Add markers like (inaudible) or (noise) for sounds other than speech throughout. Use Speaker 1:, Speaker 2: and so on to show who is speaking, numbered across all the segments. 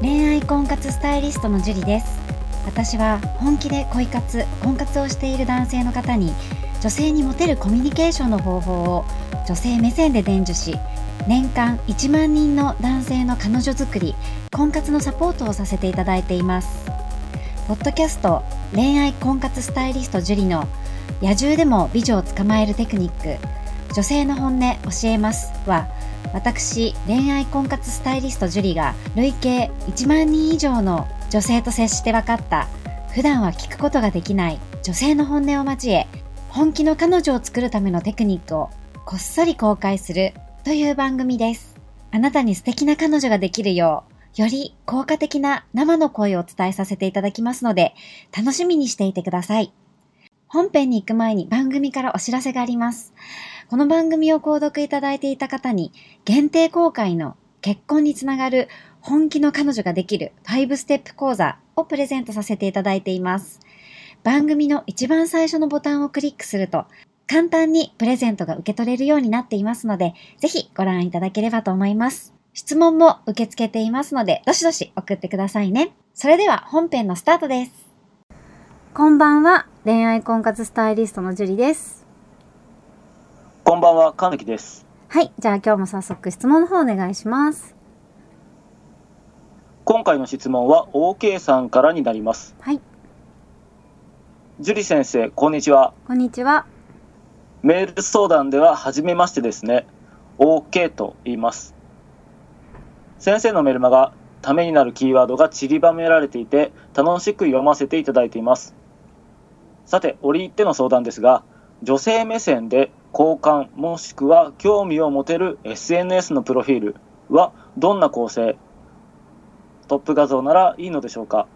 Speaker 1: 恋愛婚活スタイリストのジュリです私は本気で恋活婚活をしている男性の方に女性にモテるコミュニケーションの方法を女性目線で伝授し年間1万人の男性の彼女作り婚活のサポートをさせていただいていますポッドキャスト恋愛婚活スタイリストジュリの野獣でも美女を捕まえるテクニック女性の本音教えますは私恋愛婚活スタイリストジュリが累計1万人以上の女性と接して分かった普段は聞くことができない女性の本音を交え本気の彼女を作るためのテクニックをこっそり公開するという番組ですあなたに素敵な彼女ができるようより効果的な生の声をお伝えさせていただきますので楽しみにしていてください本編に行く前に番組からお知らせがありますこの番組を購読いただいていた方に限定公開の結婚につながる本気の彼女ができる5ステップ講座をプレゼントさせていただいています。番組の一番最初のボタンをクリックすると簡単にプレゼントが受け取れるようになっていますので、ぜひご覧いただければと思います。質問も受け付けていますので、どしどし送ってくださいね。それでは本編のスタートです。こんばんは、恋愛婚活スタイリストのジュリです。
Speaker 2: こんばんは、かぬきです。
Speaker 1: はい、じゃあ今日も早速質問の方お願いします。
Speaker 2: 今回の質問は OK さんからになります。
Speaker 1: はい、
Speaker 2: 樹里先生、こんにちは。
Speaker 1: こんにちは。
Speaker 2: メール相談では初めましてですね。OK と言います。先生のメルマがためになるキーワードが散りばめられていて、楽しく読ませていただいています。さて、折り入っての相談ですが、女性目線で好感もしくは興味を持てる SNS のプロフィールはどんな構成トップ画像ならいいのでしょうか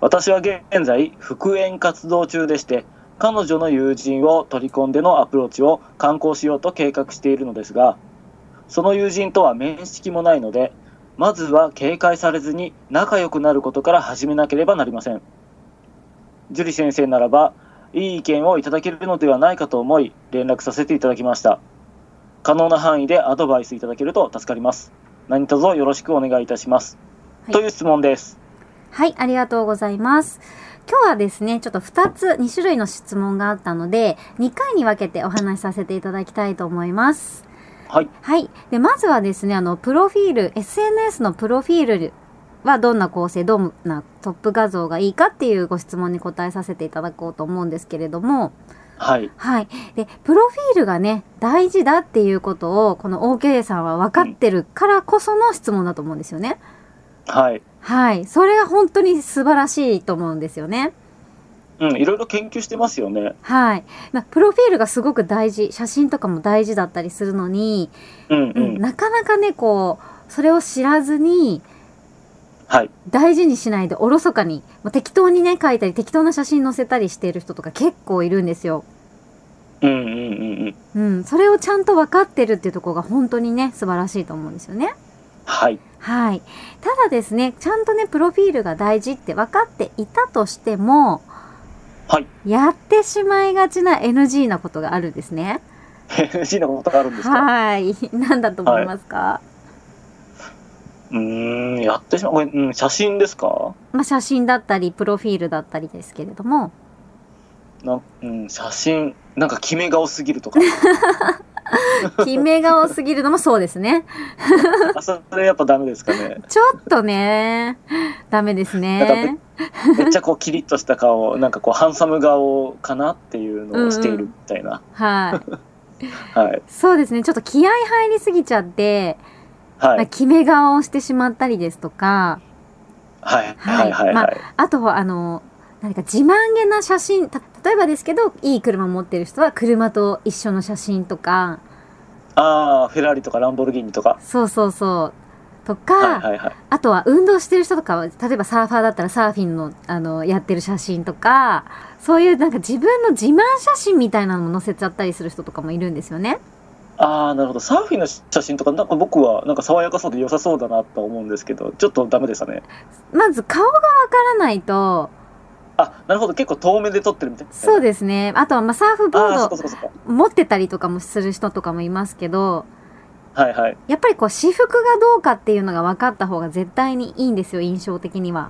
Speaker 2: 私は現在復縁活動中でして彼女の友人を取り込んでのアプローチを観光しようと計画しているのですがその友人とは面識もないのでまずは警戒されずに仲良くなることから始めなければなりません樹里先生ならばいい意見をいただけるのではないかと思い連絡させていただきました可能な範囲でアドバイスいただけると助かります何卒よろしくお願いいたします、
Speaker 1: はい
Speaker 2: という質問です
Speaker 1: はい、ありがとうございます。今日はですね、ちょっと2つ、2種類の質問があったので、2回に分けてお話しさせていただきたいと思います。
Speaker 2: はい
Speaker 1: はい。で、まずはですね、あの、プロフィール、SNS のプロフィールはどんな構成、どんなトップ画像がいいかっていうご質問に答えさせていただこうと思うんですけれども、
Speaker 2: はい
Speaker 1: はい。で、プロフィールがね、大事だっていうことを、この OK さんは分かってるからこその質問だと思うんですよね。
Speaker 2: はい
Speaker 1: はい。それが本当に素晴らしいと思うんですよね。
Speaker 2: うんいろいろ研究してますよね
Speaker 1: はい。まあ、プロフィールがすごく大事、写真とかも大事だったりするのに、
Speaker 2: うん
Speaker 1: う
Speaker 2: うんん、
Speaker 1: なかなかね、こう、それを知らずに、
Speaker 2: はい
Speaker 1: 大事にしないでおろそかに、まあ、適当にね、書いたり、適当な写真載せたりしている人とか結構いるんですよ。
Speaker 2: うんうんうんうん
Speaker 1: うん。それをちゃんと分かってるっていうところが本当にね、素晴らしいと思うんですよね。
Speaker 2: はい (laughs)
Speaker 1: はい。ただですね、ちゃんとね、プロフィールが大事って分かっていたとしても、
Speaker 2: はい。
Speaker 1: やってしまいがちな NG なことがあるんですね。
Speaker 2: NG のことがあるんですか
Speaker 1: はい。 (laughs) 何だと思いますか、
Speaker 2: うーんやってしまうこれ、うん、写真ですか
Speaker 1: まあ、写真だったり、プロフィールだったりですけれども。
Speaker 2: な、うん、写真なんか決め顔すぎるとか (laughs)
Speaker 1: 決め顔すぎるのもそうです
Speaker 2: (laughs)
Speaker 1: ね。
Speaker 2: あそれやっぱダメですかね
Speaker 1: ちょっとね、ダメですね。
Speaker 2: めっちゃこうキリッとした顔なんかこうハンサム顔かなっていうのをしているみたいな、
Speaker 1: はい。
Speaker 2: はい
Speaker 1: そうですね。ちょっと気合入りすぎちゃって、ま
Speaker 2: は
Speaker 1: あ、
Speaker 2: い
Speaker 1: 決め顔をしてしまったりですとか、
Speaker 2: はいはいはいはい、
Speaker 1: まあとはあの何か自慢げな写真た例えばですけどいい車持ってる人は車と一緒の写真とか
Speaker 2: ああフェラーリとかランボルギーニとか
Speaker 1: そうそうそうとか、
Speaker 2: はいはいはい
Speaker 1: あとは運動してる人とかは例えばサーファーだったらサーフィンのあのやってる写真とかそういうなんか自分の自慢写真みたいなのも載せちゃったりする人とかもいるんですよね。
Speaker 2: ああなるほどサーフィンの写真とかなんか僕はなんか爽やかそうで良さそうだなと思うんですけどちょっとダメでしたね
Speaker 1: まず顔がわからないと
Speaker 2: あなるほど結構遠目で撮ってるみたいな
Speaker 1: そう
Speaker 2: で
Speaker 1: ですねあとはまあサーフボ
Speaker 2: ああそ
Speaker 1: ー
Speaker 2: っ
Speaker 1: ド
Speaker 2: かそっかそっか
Speaker 1: 持ってたりとかもする人とかもいますけど
Speaker 2: はいはい。
Speaker 1: やっぱりこう私服がどうかっていうのが分かった方が絶対にいいんですよ印象的には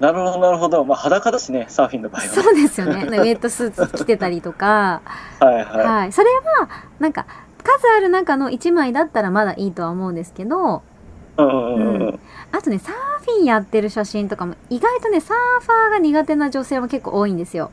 Speaker 2: なるほど、なるほど。まあ、裸だしね、サーフィンの場合はね。
Speaker 1: そうですよ
Speaker 2: (laughs)
Speaker 1: ねウェットスーツ着てたりとか、
Speaker 2: はい
Speaker 1: はい
Speaker 2: は
Speaker 1: それはなんか数ある中の1枚だったらまだいいとは思うんですけど
Speaker 2: い。うんうんうんうん。
Speaker 1: あとねサーフィンやってる写真とかも意外とねサーファーが苦手な女性も結構多いんですよ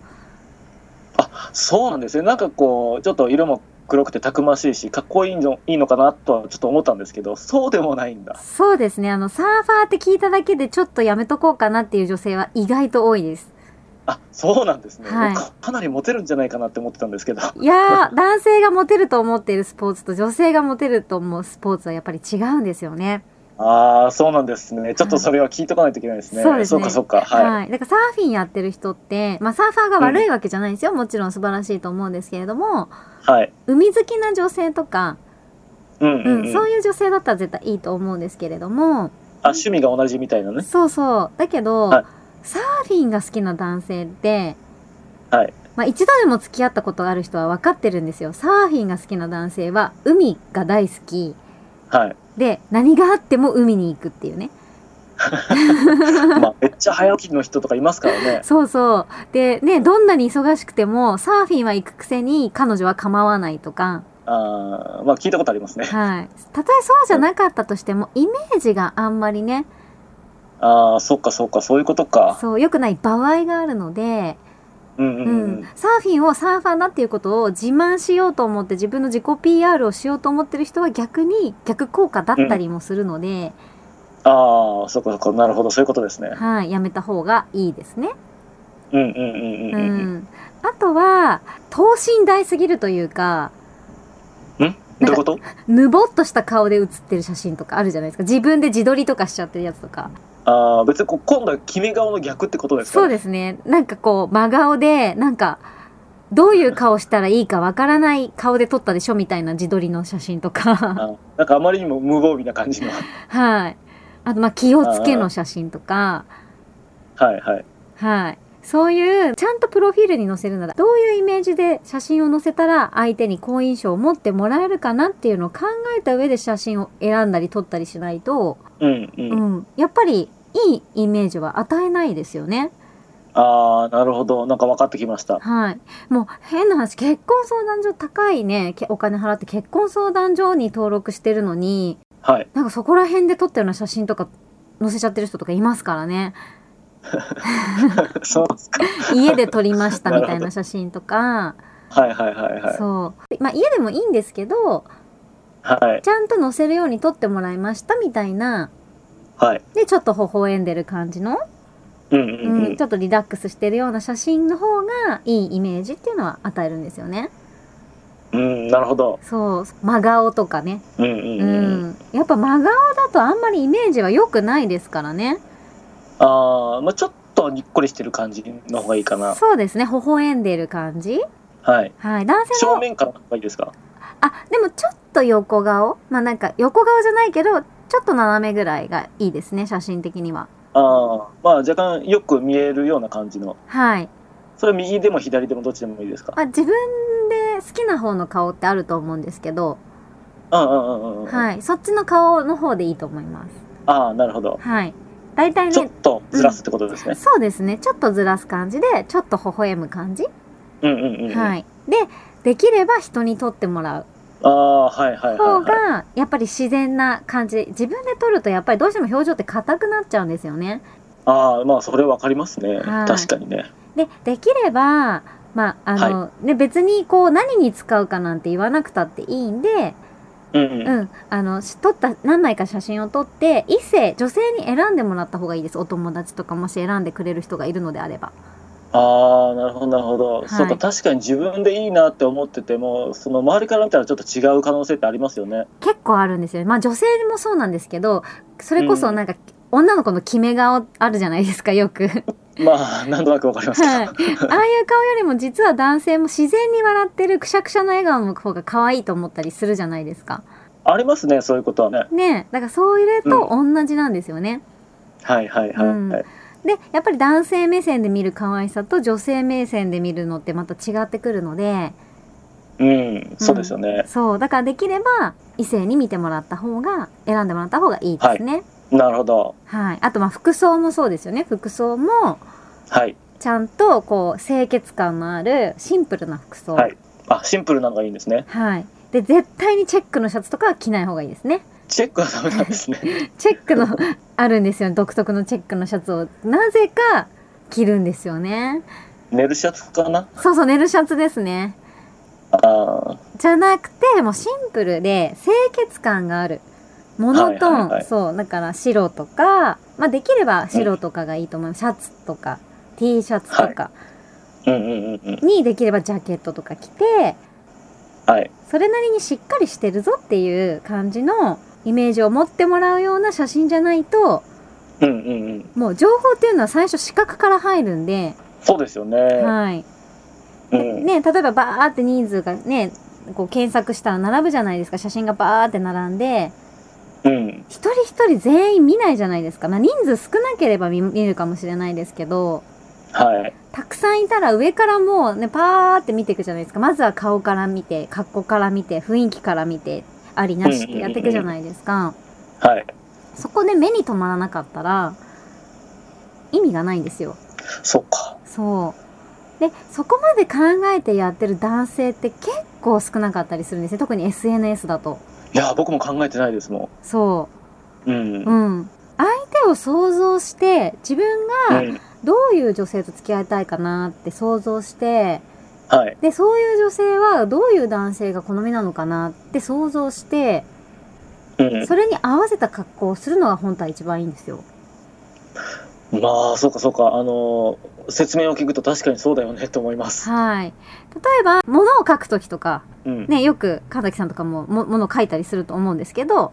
Speaker 2: そうなんですね。なんかこう、ちょっと色も黒くてたくましいし、かっこいいのいいのかなとはちょっと思ったんですけど、そうでもないんだ。
Speaker 1: そうですねあのサーファーって聞いただけでちょっとやめとこうかなっていう女性は意外と多いです
Speaker 2: あ、そうなんですね。
Speaker 1: はい
Speaker 2: かかなりモテるんじゃないかなって思ってたんですけど。
Speaker 1: いや
Speaker 2: (laughs)
Speaker 1: ー男性がモテると思っているスポーツと女性がモテると思うスポーツはやっぱり違うんですよね
Speaker 2: ああ、そうなんですね。ちょっとそれは聞いとかないといけないですね。
Speaker 1: そうですね
Speaker 2: かそうか。はい。
Speaker 1: だからサーフィンやってる人って、まあ、サーファーが悪いわけじゃないんですよ、もちろん素晴らしいと思うんですけれども
Speaker 2: はい。
Speaker 1: 海好きな女性とか、
Speaker 2: うんうん
Speaker 1: う、
Speaker 2: うん
Speaker 1: ん、そういう女性だったら絶対いいと思うんですけれども
Speaker 2: あ、趣味が同じみたいなね。
Speaker 1: そうそうだけど、
Speaker 2: はい
Speaker 1: サーフィンが好きな男性って、
Speaker 2: はい
Speaker 1: まあ、一度でも付き合ったことがある人は分かってるんですよサーフィンが好きな男性は海が大好き (laughs)
Speaker 2: はい。
Speaker 1: で何があっても海に行くっていうね
Speaker 2: まあ、めっちゃ早起きの人とかいますからね。
Speaker 1: そうそうでねどんなに忙しくてもサーフィンは行くくせに彼女は構わないとか、
Speaker 2: ああ、まあ聞いたことありますね。
Speaker 1: はい、たとえそうじゃなかったとしてもイメージがあんまりね
Speaker 2: ああ、そうかそうか、そういうことか。
Speaker 1: そう良くない場合があるので、
Speaker 2: うんうん
Speaker 1: う
Speaker 2: うん。
Speaker 1: ん、サーフィンをサーファーだっていうことを自慢しようと思って自分の自己 PR をしようと思ってる人は逆に逆効果だったりもするので、
Speaker 2: ああ、そうかそうか、なるほど、そういうことですね。
Speaker 1: はい、やめた方がいいですね。
Speaker 2: うんうんうんうん
Speaker 1: う
Speaker 2: うんうん。
Speaker 1: ん、あとは等身大すぎるというか
Speaker 2: どういうこと
Speaker 1: ぬぼっとした顔で写ってる写真とかあるじゃないですか自分で自撮りとかしちゃってるやつとか
Speaker 2: ああ、別にこう今度は決め顔の逆ってことですか
Speaker 1: そう
Speaker 2: で
Speaker 1: ですねなんかこう真顔でなんかどういう顔したらいいかわからない顔で撮ったでしょみたいな自撮りの写真と
Speaker 2: (laughs)
Speaker 1: か
Speaker 2: なんかあまりにも無防備な感じの。 (laughs)
Speaker 1: はいあとまあ気をつけの写真とか
Speaker 2: はいはい。
Speaker 1: はいそういうちゃんとプロフィールに載せるならどういうイメージで写真を載せたら相手に好印象を持ってもらえるかなっていうのを考えた上で写真を選んだり撮ったりしないと、
Speaker 2: うんうん。
Speaker 1: うん、やっぱりいいイメージは与えないですよね。
Speaker 2: ああ、なるほど。なんか分かってきました。
Speaker 1: はい。もう変な話、結婚相談所高いね、けお金払って結婚相談所に登録してるのに、
Speaker 2: はい。 (laughs)
Speaker 1: なんかそこら辺で撮ったような写真とか載せちゃってる人とかいますから
Speaker 2: (laughs)
Speaker 1: ね。
Speaker 2: そうですか。
Speaker 1: 家で撮りましたみた
Speaker 2: ないるほ
Speaker 1: な写真とか、
Speaker 2: はいはいはいはい。
Speaker 1: そう。でまあ家でもいいんですけど、
Speaker 2: はい
Speaker 1: ちゃんと載せるように撮ってもらいましたみたいな、
Speaker 2: はい。
Speaker 1: で、ちょっと微笑んでる感じの、
Speaker 2: うんうん
Speaker 1: う
Speaker 2: うん。
Speaker 1: ん、ちょっとリラックスしてるような写真の方がいいイメージっていうのは与えるんですよね。
Speaker 2: うん、なるほど。
Speaker 1: そう。真顔とかね。
Speaker 2: うんう
Speaker 1: う
Speaker 2: んうん。
Speaker 1: ん、やっぱ真顔だとあんまりイメージは良くないですからね。
Speaker 2: ああ、まあちょっとにっこりしてる感じの方がいいかな。
Speaker 1: そうですね、微笑んでる感じ。
Speaker 2: はい。
Speaker 1: はい、男性
Speaker 2: 正
Speaker 1: の、
Speaker 2: 面からの方がいいですか
Speaker 1: あ、でもちょっと横顔、まあなんか横顔じゃないけど、ちょっと斜めぐらいがいいですね、写真的には。
Speaker 2: ああ、まあ若干よく見えるような感じの。
Speaker 1: はい、
Speaker 2: それ右でも左でもどっちでもいいですか
Speaker 1: まあ、自分で好きな方の顔ってあると思うんですけど、
Speaker 2: うんうんうんうんうん。
Speaker 1: はい、そっちの顔の方でいいと思います。
Speaker 2: ああ、なるほど。
Speaker 1: はい、大体
Speaker 2: ちょっ
Speaker 1: ね。
Speaker 2: とずらすってことですね。
Speaker 1: そうですね、ちょっとずらす感じで、ちょっと微笑む感じ。
Speaker 2: うんうんうんうん。。
Speaker 1: はいい、で、できれば人に撮ってもらう。
Speaker 2: ああ、はいはいはい、
Speaker 1: 方
Speaker 2: はい。
Speaker 1: がやっぱり自然な感じで自分で撮るとやっぱりどうしても表情って硬くなっちゃうんですよね。
Speaker 2: ああ、まあそれわかりますね。
Speaker 1: はい
Speaker 2: 確かにね。
Speaker 1: でできればまああの、ね、別にこう何に使うかなんて言わなくたっていいんで、
Speaker 2: うんう。
Speaker 1: うんん、あのし撮った何枚か写真を撮って異性女性に選んでもらった方がいいですお友達とかもし選んでくれる人がいるのであれば。
Speaker 2: ああ、なるほどなるほど。
Speaker 1: い
Speaker 2: そうか、確かに自分でいいなって思ってても、その周りから見たらちょっと違う可能性ってありますよね。
Speaker 1: 結構あるんですよね。まあ女性もそうなんですけどそれこそなんか、女の子の決め顔あるじゃないですかよく。
Speaker 2: まあ、なんとなくわかりますけど。
Speaker 1: はい、ああいう顔よりも実は男性も自然に笑ってるくしゃくしゃの笑顔の方が可愛いと思ったりするじゃないですか。
Speaker 2: (laughs) ありますね、そういうことはね。
Speaker 1: ねえだからそういう例と同じなんですよね。
Speaker 2: はいはいはい、
Speaker 1: うん
Speaker 2: はい。
Speaker 1: でやっぱり男性目線で見る可愛さと女性目線で見るのってまた違ってくるので、
Speaker 2: うん、そうですよね。
Speaker 1: そうだからできれば異性に見てもらった方が選んでもらった方がいいですね。
Speaker 2: なるほど。
Speaker 1: はい、あとまあ服装もそうですよね服装も
Speaker 2: はい。
Speaker 1: ちゃんとこう清潔感のあるシンプルな服装。
Speaker 2: はいあ、シンプルなのがいいんですね。
Speaker 1: はいで絶対にチェックのシャツとかは着ない方がいいですね。
Speaker 2: チェックはダメなんです
Speaker 1: (laughs)
Speaker 2: ね。
Speaker 1: チェックのあるんですよ独特のチェックのシャツをなぜか着るんですよね。
Speaker 2: 寝るシャツかな
Speaker 1: そうそう寝るシャツですね。
Speaker 2: あ
Speaker 1: じゃなくてもうシンプルで清潔感があるモノトーン、
Speaker 2: はいはいはい
Speaker 1: そうだから白とか、まあ、できれば白とかがいいと思います、シャツとか T シャツとか
Speaker 2: ーうんうんうんうん。
Speaker 1: にできればジャケットとか着て、
Speaker 2: はい。
Speaker 1: それなりにしっかりしてるぞっていう感じのイメージを持ってもらうような写真じゃないと
Speaker 2: うんうんうん。
Speaker 1: もう情報っていうのは最初視覚から入るんで、
Speaker 2: そうですよね。
Speaker 1: はい
Speaker 2: うん。
Speaker 1: ね、例えばバーって人数がねこう検索したら並ぶじゃないですか写真がバーって並んで。
Speaker 2: うん。
Speaker 1: 一人一人全員見ないじゃないですか、まあ、人数少なければ見見るかもしれないですけど
Speaker 2: はい。
Speaker 1: たくさんいたら上からもうねパーって見ていくじゃないですかまずは顔から見て格好から見て雰囲気から見てありなしってやっていくじゃないですか
Speaker 2: はい。
Speaker 1: そこで目に留まらなかったら意味がないんですよ
Speaker 2: そっか。
Speaker 1: そうでそこまで考えてやってる男性って結構少なかったりするんですね特に SNS だと
Speaker 2: いや、僕も考えてないですも
Speaker 1: そ
Speaker 2: ん。う
Speaker 1: う
Speaker 2: ん。
Speaker 1: うん相手を想像して自分が
Speaker 2: うん
Speaker 1: どういう女性と付き合いたいかなって想像して
Speaker 2: はい。
Speaker 1: でそういう女性はどういう男性が好みなのかなって想像して
Speaker 2: うん。
Speaker 1: それに合わせた格好をするのが本当は一番いいんですよ。
Speaker 2: まあ、そうかそうか。あのー説明を聞くと確かにそうだよねと思います。
Speaker 1: はい例えば物を書く時とか、
Speaker 2: うん。
Speaker 1: ね、よく神崎さんとかもも物を書いたりすると思うんですけど、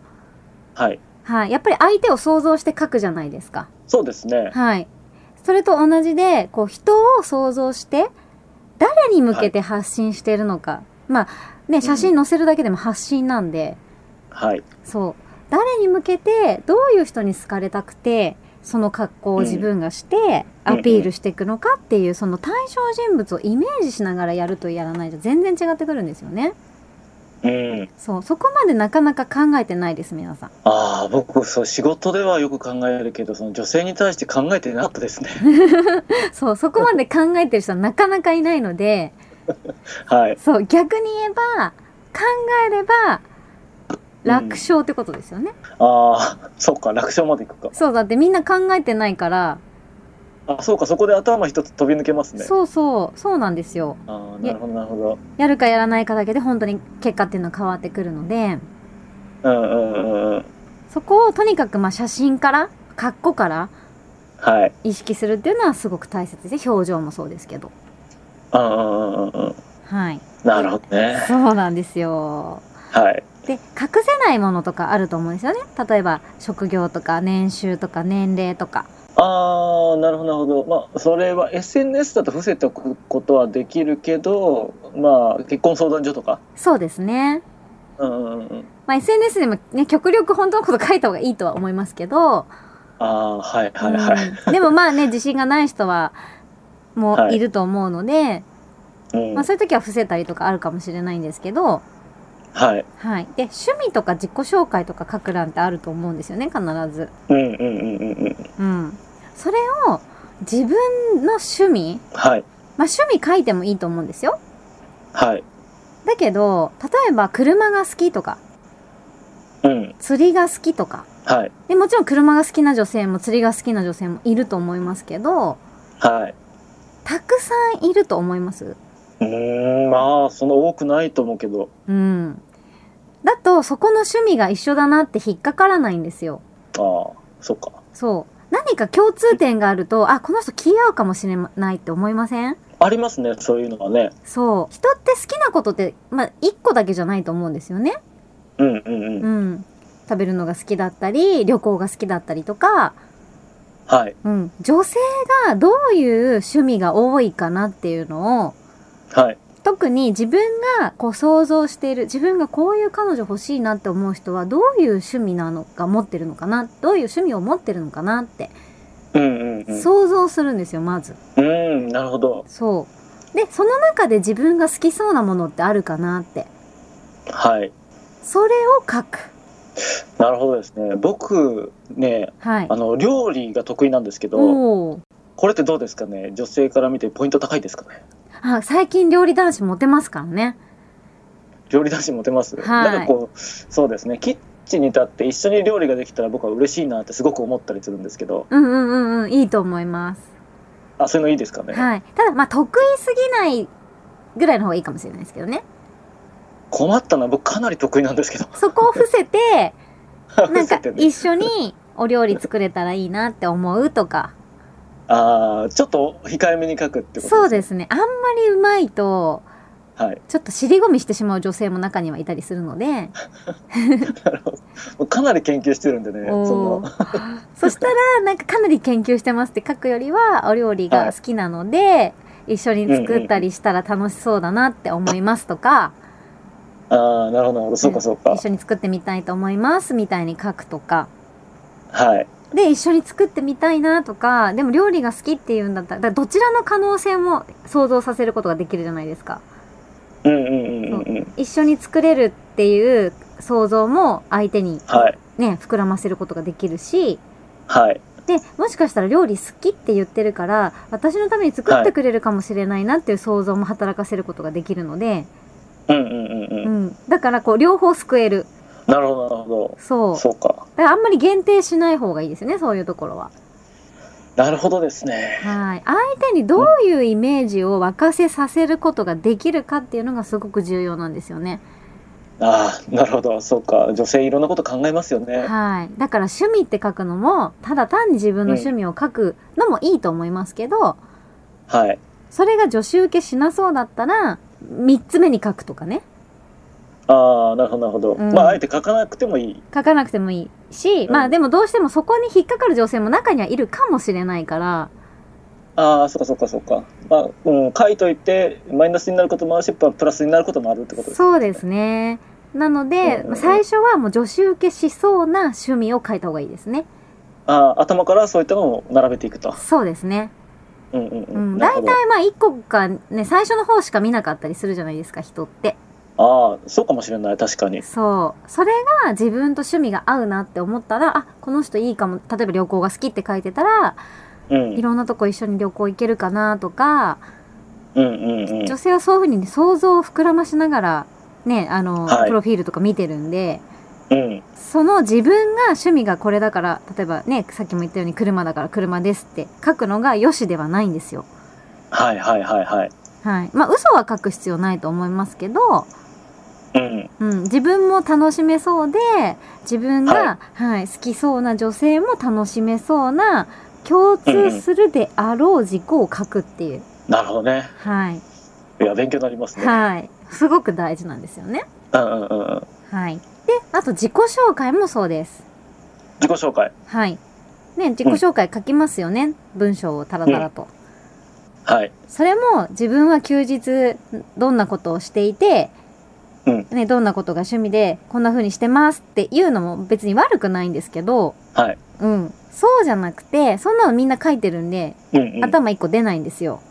Speaker 2: はい。
Speaker 1: はい、やっぱり相手を想像して書くじゃないですか。
Speaker 2: そうですね。
Speaker 1: はい、それと同じでこう人を想像して誰に向けて発信しているのか、まあね写真載せるだけでも発信なんで。
Speaker 2: はい。
Speaker 1: そう誰に向けてどういう人に好かれたくてその格好を自分がして
Speaker 2: うん
Speaker 1: アピールしていくのかっていうその対象人物をイメージしながらやるとやらないと全然違ってくるんですよね
Speaker 2: うん。
Speaker 1: そうそこまでなかなか考えてないです皆さん
Speaker 2: ああ、僕、そう、仕事ではよく考えるけど、その女性に対して考えてなかったですね。 (laughs)
Speaker 1: そうそこまで考えてる人はなかなかいないので
Speaker 2: はい。
Speaker 1: そう逆に言えば考えれば楽勝ってことですよね、
Speaker 2: ああ、 (laughs) そうか、楽勝までいくか。
Speaker 1: そうだってみんな考えてないから、
Speaker 2: あ、そうか、そこで頭一つ飛び抜けますね。
Speaker 1: そうそうそうなんですよ
Speaker 2: ああ、なるほど、なるほ
Speaker 1: やるかやらないかだけで本当に結果っていうのは変わってくるので
Speaker 2: ど。うんうんうんうん。
Speaker 1: そこをとにかくまあ写真から格好から
Speaker 2: はい。
Speaker 1: 意識するっていうのはすごく大切ですね表情もそうですけど
Speaker 2: うんうんうんうんうん。
Speaker 1: はい
Speaker 2: なるほどね。
Speaker 1: そうなんですよ
Speaker 2: はい。
Speaker 1: で隠せないものとかあると思うんですよね例えば職業とか年収とか年齢とか
Speaker 2: ああ、なるほど、なるほど。まあ、それは SNS だと伏せておくことはできるけど、まあ、結婚相談所とか。
Speaker 1: そうですね、
Speaker 2: うんうんうん。
Speaker 1: まあ、SNS でもね極力本当のこと書いた方がいいとは思いますけど、
Speaker 2: ああ、はいはいはい。
Speaker 1: うんでもまあね自信がない人はもういると思うので、
Speaker 2: うん
Speaker 1: まあ、そういう時は伏せたりとかあるかもしれないんですけど、
Speaker 2: はい。
Speaker 1: はい、で趣味とか自己紹介とか書く欄ってあると思うんですよね必ず、
Speaker 2: うんうんうんうんうん。
Speaker 1: うん、それを自分の趣味、
Speaker 2: はい。
Speaker 1: まあ、趣味書いてもいいと思うんですよ
Speaker 2: はい。
Speaker 1: だけど例えば車が好きとか
Speaker 2: うん。
Speaker 1: 釣りが好きとか
Speaker 2: はい。
Speaker 1: でもちろん車が好きな女性も釣りが好きな女性もいると思いますけど
Speaker 2: はい。
Speaker 1: たくさんいると思います
Speaker 2: うーん、まあ、その多くないと思うけど。
Speaker 1: うんだとそこの趣味が一緒だなって引っかからないんですよ
Speaker 2: ああ、そっか。
Speaker 1: そう。何か共通点があると、あ、この人気合うかもしれないって思いません
Speaker 2: ありますね、そういうのはね。
Speaker 1: そう。人って好きなことって、まあ、一個だけじゃないと思うんですよね。
Speaker 2: うんうんうん。
Speaker 1: うん。食べるのが好きだったり、旅行が好きだったりとか、
Speaker 2: はい。
Speaker 1: うん。女性がどういう趣味が多いかなっていうのを、
Speaker 2: はい。
Speaker 1: 特に自分がこう想像している、自分がこういう彼女欲しいなって思う人は、どういう趣味なのか持ってるのかな、どういう趣味を持ってるのかなって
Speaker 2: うんうんうん。
Speaker 1: 想像するんですよ、まず。
Speaker 2: うん、なるほど。
Speaker 1: そう。で、その中で自分が好きそうなものってあるかなって。
Speaker 2: はい。
Speaker 1: それを書く。
Speaker 2: なるほどですね。僕ね、
Speaker 1: はい
Speaker 2: あ。の料理が得意なんですけど、
Speaker 1: おー
Speaker 2: これってどうですかね。女性から見てポイント高いですかね。
Speaker 1: あ、最近料理男子モテますからね。
Speaker 2: 料理男子モテます。
Speaker 1: はい
Speaker 2: なんかこうそうですね。キッチンに立って一緒に料理ができたら僕は嬉しいなってすごく思ったりするんですけど、
Speaker 1: うんうんうんうん、いいと思います。
Speaker 2: あそういうのいいですかね。
Speaker 1: はい。ただ、まあ、得意すぎないぐらいの方がいいかもしれないですけどね。
Speaker 2: 困ったのは僕かなり得意なんですけど。
Speaker 1: そこを伏せて、
Speaker 2: (laughs)
Speaker 1: なんか
Speaker 2: 焦ってね
Speaker 1: 一緒にお料理作れたらいいなって思うとか。
Speaker 2: ああちょっと控えめに書くってこと。
Speaker 1: そうですすね。あんまりうまいと、
Speaker 2: はい。
Speaker 1: ちょっと尻込みしてしまう女性も中にはいたりするので、
Speaker 2: なるほどもうかなり研究してるんでね。 (laughs) そ
Speaker 1: お
Speaker 2: の (laughs)
Speaker 1: ーそしたら、なんかかなり研究してますって書くよりは、お料理が好きなので、一緒に作ったりしたら楽しそうだなって思いますとか、
Speaker 2: ああなるほどなるほど。そうかそうか。
Speaker 1: 一緒に作ってみたいと思いますみたいに書くとか、
Speaker 2: はい。
Speaker 1: で、一緒に作ってみたいなとか、でも料理が好きっていうんだったら、だからどちらの可能性も想像させることができるじゃないですか。
Speaker 2: うんうんうんうんうん。
Speaker 1: 一緒に作れるっていう想像も相手に
Speaker 2: はい
Speaker 1: ね、膨らませることができるし、
Speaker 2: はい。
Speaker 1: で、もしかしたら料理好きって言ってるから、私のために作ってくれるかもしれないなっていう想像も働かせることができるので、
Speaker 2: うんうんうん
Speaker 1: う
Speaker 2: うん。
Speaker 1: ん。だからこう、両方救える。
Speaker 2: なるほどなるほ
Speaker 1: そう
Speaker 2: ど。。そうか。
Speaker 1: だからあんまり限定しない方がいいですね、そういうところは。
Speaker 2: なるほどですね。
Speaker 1: はい。相手にどういうイメージを沸かせさせることができるかっていうのがすごく重要なんですよね。
Speaker 2: ああなるほど。そうか。女性いろんなこと考えますよね。
Speaker 1: はい。だから趣味って書くのも、ただ単に自分の趣味を書くのもいいと思いますけど、
Speaker 2: はい。
Speaker 1: それが女子受けしなそうだったら、三つ目に書くとかね。
Speaker 2: ああなるほどなるほど。
Speaker 1: うん
Speaker 2: まああえて書かなくてもいい。
Speaker 1: 書かなくてもいいし、
Speaker 2: うん
Speaker 1: まあでもどうしてもそこに引っかかる女性も中にはいるかもしれないから、
Speaker 2: ああそうかそうかそうか。まあうん書いといてマイナスになることもあるし、プラスになることもあるってことです。
Speaker 1: そうですね。なので、
Speaker 2: うん
Speaker 1: 最初はもう女子受けしそうな趣味を書いた方がいいですね。
Speaker 2: ああ頭からそういったのを並べていくと。
Speaker 1: そうですね。
Speaker 2: うんうん
Speaker 1: う、
Speaker 2: うんん。なる
Speaker 1: 大
Speaker 2: ほ
Speaker 1: 体
Speaker 2: ど
Speaker 1: まあ1個かね最初の方しか見なかったりするじゃないですか人って
Speaker 2: ああそうかもしれない確かに。
Speaker 1: そうそれが自分と趣味が合うなって思ったらあこの人いいかも例えば旅行が好きって書いてたら
Speaker 2: うん
Speaker 1: い。ろんなとこ一緒に旅行行けるかなとか
Speaker 2: うんうんうん
Speaker 1: 女性はそういうふうに、ね、想像を膨らましながらねあの、
Speaker 2: はい
Speaker 1: プロフィールとか見てるんで
Speaker 2: うん
Speaker 1: その自分が趣味がこれだから例えばねさっきも言ったように車だから車ですって書くのがよしではないんですよ
Speaker 2: はいはいはいはい
Speaker 1: はいまあ嘘は書く必要ないと思いますけど
Speaker 2: うん
Speaker 1: うん、自分も楽しめそうで自分が、はい好きそうな女性も楽しめそうな共通するであろう軸を書くっていう、
Speaker 2: なるほどね
Speaker 1: はい、
Speaker 2: いや勉強になりますね、
Speaker 1: はい、すごく大事なんですよね。
Speaker 2: うんうんうんうん
Speaker 1: はい、であと自己紹介もそうです。
Speaker 2: 自己紹介
Speaker 1: はいね、自己紹介書きますよね、文章をタラタラと。
Speaker 2: はい
Speaker 1: それも自分は休日どんなことをしていて、
Speaker 2: うん
Speaker 1: ね、どんなことが趣味でこんな風にしてますっていうのも別に悪くないんですけど、
Speaker 2: はい
Speaker 1: うん、そうじゃなくてそんなのみんな書いてるんで、
Speaker 2: うん、うん、あ
Speaker 1: 頭一個出ないんですよ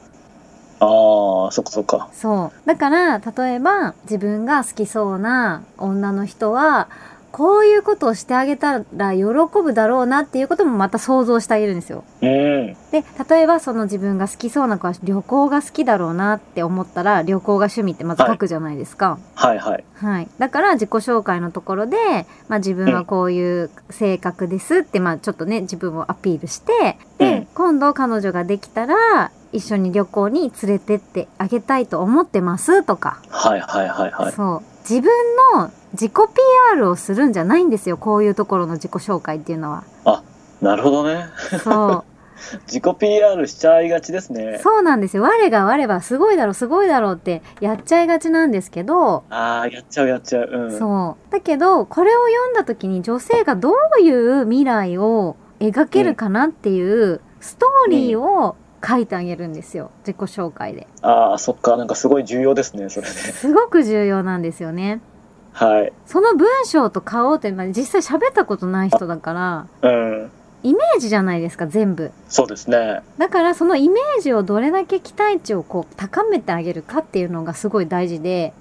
Speaker 2: あーそっかそっか
Speaker 1: そうだから例えば自分が好きそうな女の人はこういうことをしてあげたら喜ぶだろうなっていうこともまた想像してあげるんですよ
Speaker 2: うん
Speaker 1: で例えばその自分が好きそうな子は旅行が好きだろうなって思ったら旅行が趣味ってまず書くじゃないですか、
Speaker 2: はいはい
Speaker 1: はい。だから自己紹介のところで、まあ自分はこういう性格ですって、まあちょっとね、自分をアピールして、で、
Speaker 2: うん
Speaker 1: 今度彼女ができたら、一緒に旅行に連れてってあげたいと思ってますとか、
Speaker 2: はいはいはいはい
Speaker 1: そう。自分の自己 PR をするんじゃないんですよ。こういうところの自己紹介っていうのは。
Speaker 2: なるほどね
Speaker 1: そ
Speaker 2: 自己 PR しちゃいがちです
Speaker 1: う。
Speaker 2: ね
Speaker 1: そうなんですよ。我が我はすごいだろう、すごいだろうってやっちゃいがちなんですけど、
Speaker 2: ああやっちゃうやっちゃううん
Speaker 1: そう。だけど、これを読んだ時に女性がどういう未来を描けるかなっていうストーリーを書いてあげるんですよ。自己紹介で。
Speaker 2: ああそっかなんかすごい重要ですねそれね
Speaker 1: すごく重要なんですよね。
Speaker 2: はい
Speaker 1: その文章と顔って、まあ、実際喋ったことない人だから、
Speaker 2: うん
Speaker 1: イメージじゃないですか全部
Speaker 2: そうですね。
Speaker 1: だからそのイメージをどれだけ期待値をこう高めてあげるかっていうのがすごい大事で、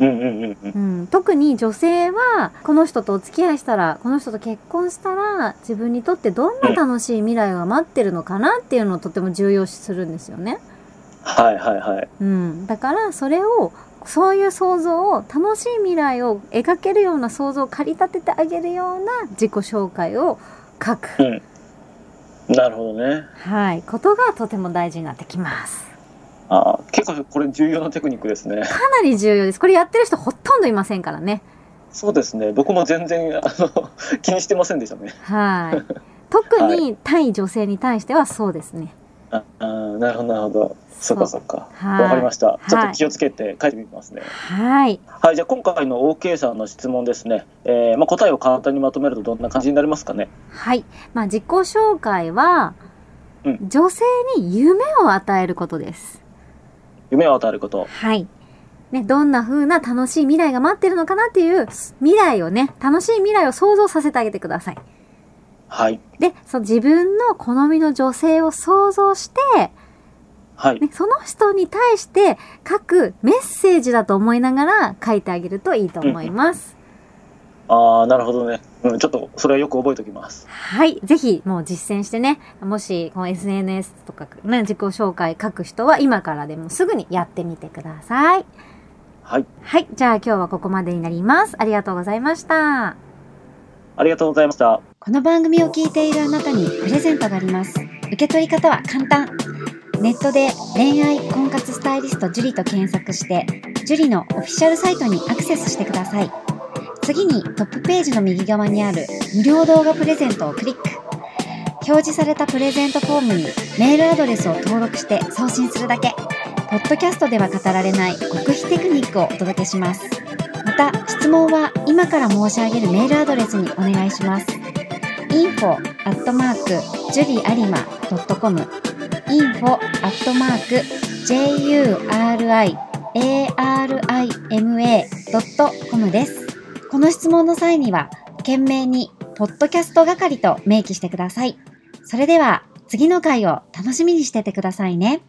Speaker 2: うんうんうんうん。
Speaker 1: うん、特に女性はこの人とお付き合いしたらこの人と結婚したら自分にとってどんな楽しい未来が待ってるのかなっていうのをとても重要視するんですよね。
Speaker 2: はいはいはい。
Speaker 1: うん、だからそれをそういう想像を楽しい未来を描けるような想像を駆り立ててあげるような自己紹介を書く、
Speaker 2: なるほどね。
Speaker 1: はい、ことがとても大事になってきます。
Speaker 2: あー結構これ重要なテクニックですね。
Speaker 1: かなり重要です。これやってる人ほとんどいませんからね。
Speaker 2: そうですね。僕も全然あの (laughs) 気にしてませんでしたね。
Speaker 1: (laughs) はい。特に対女性に対してはそうですね。
Speaker 2: ああーなるほどなるほど。そっかそっか。
Speaker 1: はい。
Speaker 2: わかりま
Speaker 1: し
Speaker 2: した。ちょっ
Speaker 1: は
Speaker 2: と
Speaker 1: い
Speaker 2: 気をつけて書いてみますね。
Speaker 1: た。はい。
Speaker 2: はい、じゃあ今回の OK さんの質問ですね。えーまあ、答えを簡単にまとめるとどんな感じになりますかね。
Speaker 1: はい。まあ自己紹介は、
Speaker 2: うん
Speaker 1: 女性に夢を与えることです。
Speaker 2: 夢を与えること。
Speaker 1: はい。ね、どんな風な楽しい未来が待ってるのかなっていう未来をね、楽しい未来を想像させてあげてください。
Speaker 2: はい。
Speaker 1: で、その自分の好みの女性を想像して、
Speaker 2: はい。
Speaker 1: ね、その人に対して書くメッセージだと思いながら書いてあげるといいと思います。
Speaker 2: ああ、なるほどね。うん、ちょっとそれはよく覚えておきます。
Speaker 1: はい。ぜひ、もう実践してね、もし、この SNS とか、ね、自己紹介書く人は今からでもすぐにやってみてください。
Speaker 2: はい。
Speaker 1: はい。じゃあ今日はここまでになります。ありがとうございました。
Speaker 2: ありがとうございました。
Speaker 3: この番組を聞いているあなたにプレゼントがあります。受け取り方は簡単。ネットで恋愛婚活スタイリスト樹と検索して、樹のオフィシャルサイトにアクセスしてください。次にトップページの右側にある無料動画プレゼントをクリック。表示されたプレゼントフォームにメールアドレスを登録して送信するだけ。ポッドキャストでは語られない極秘テクニックをお届けします。また、質問は今から申し上げるメールアドレスにお願いします。info アットマーク j u r i a r i m .com info アットマーク juriarima.com です。この質問の際には、懸命に、ポッドキャスト係と明記してください。それでは、次の回を楽しみにしててくださいね。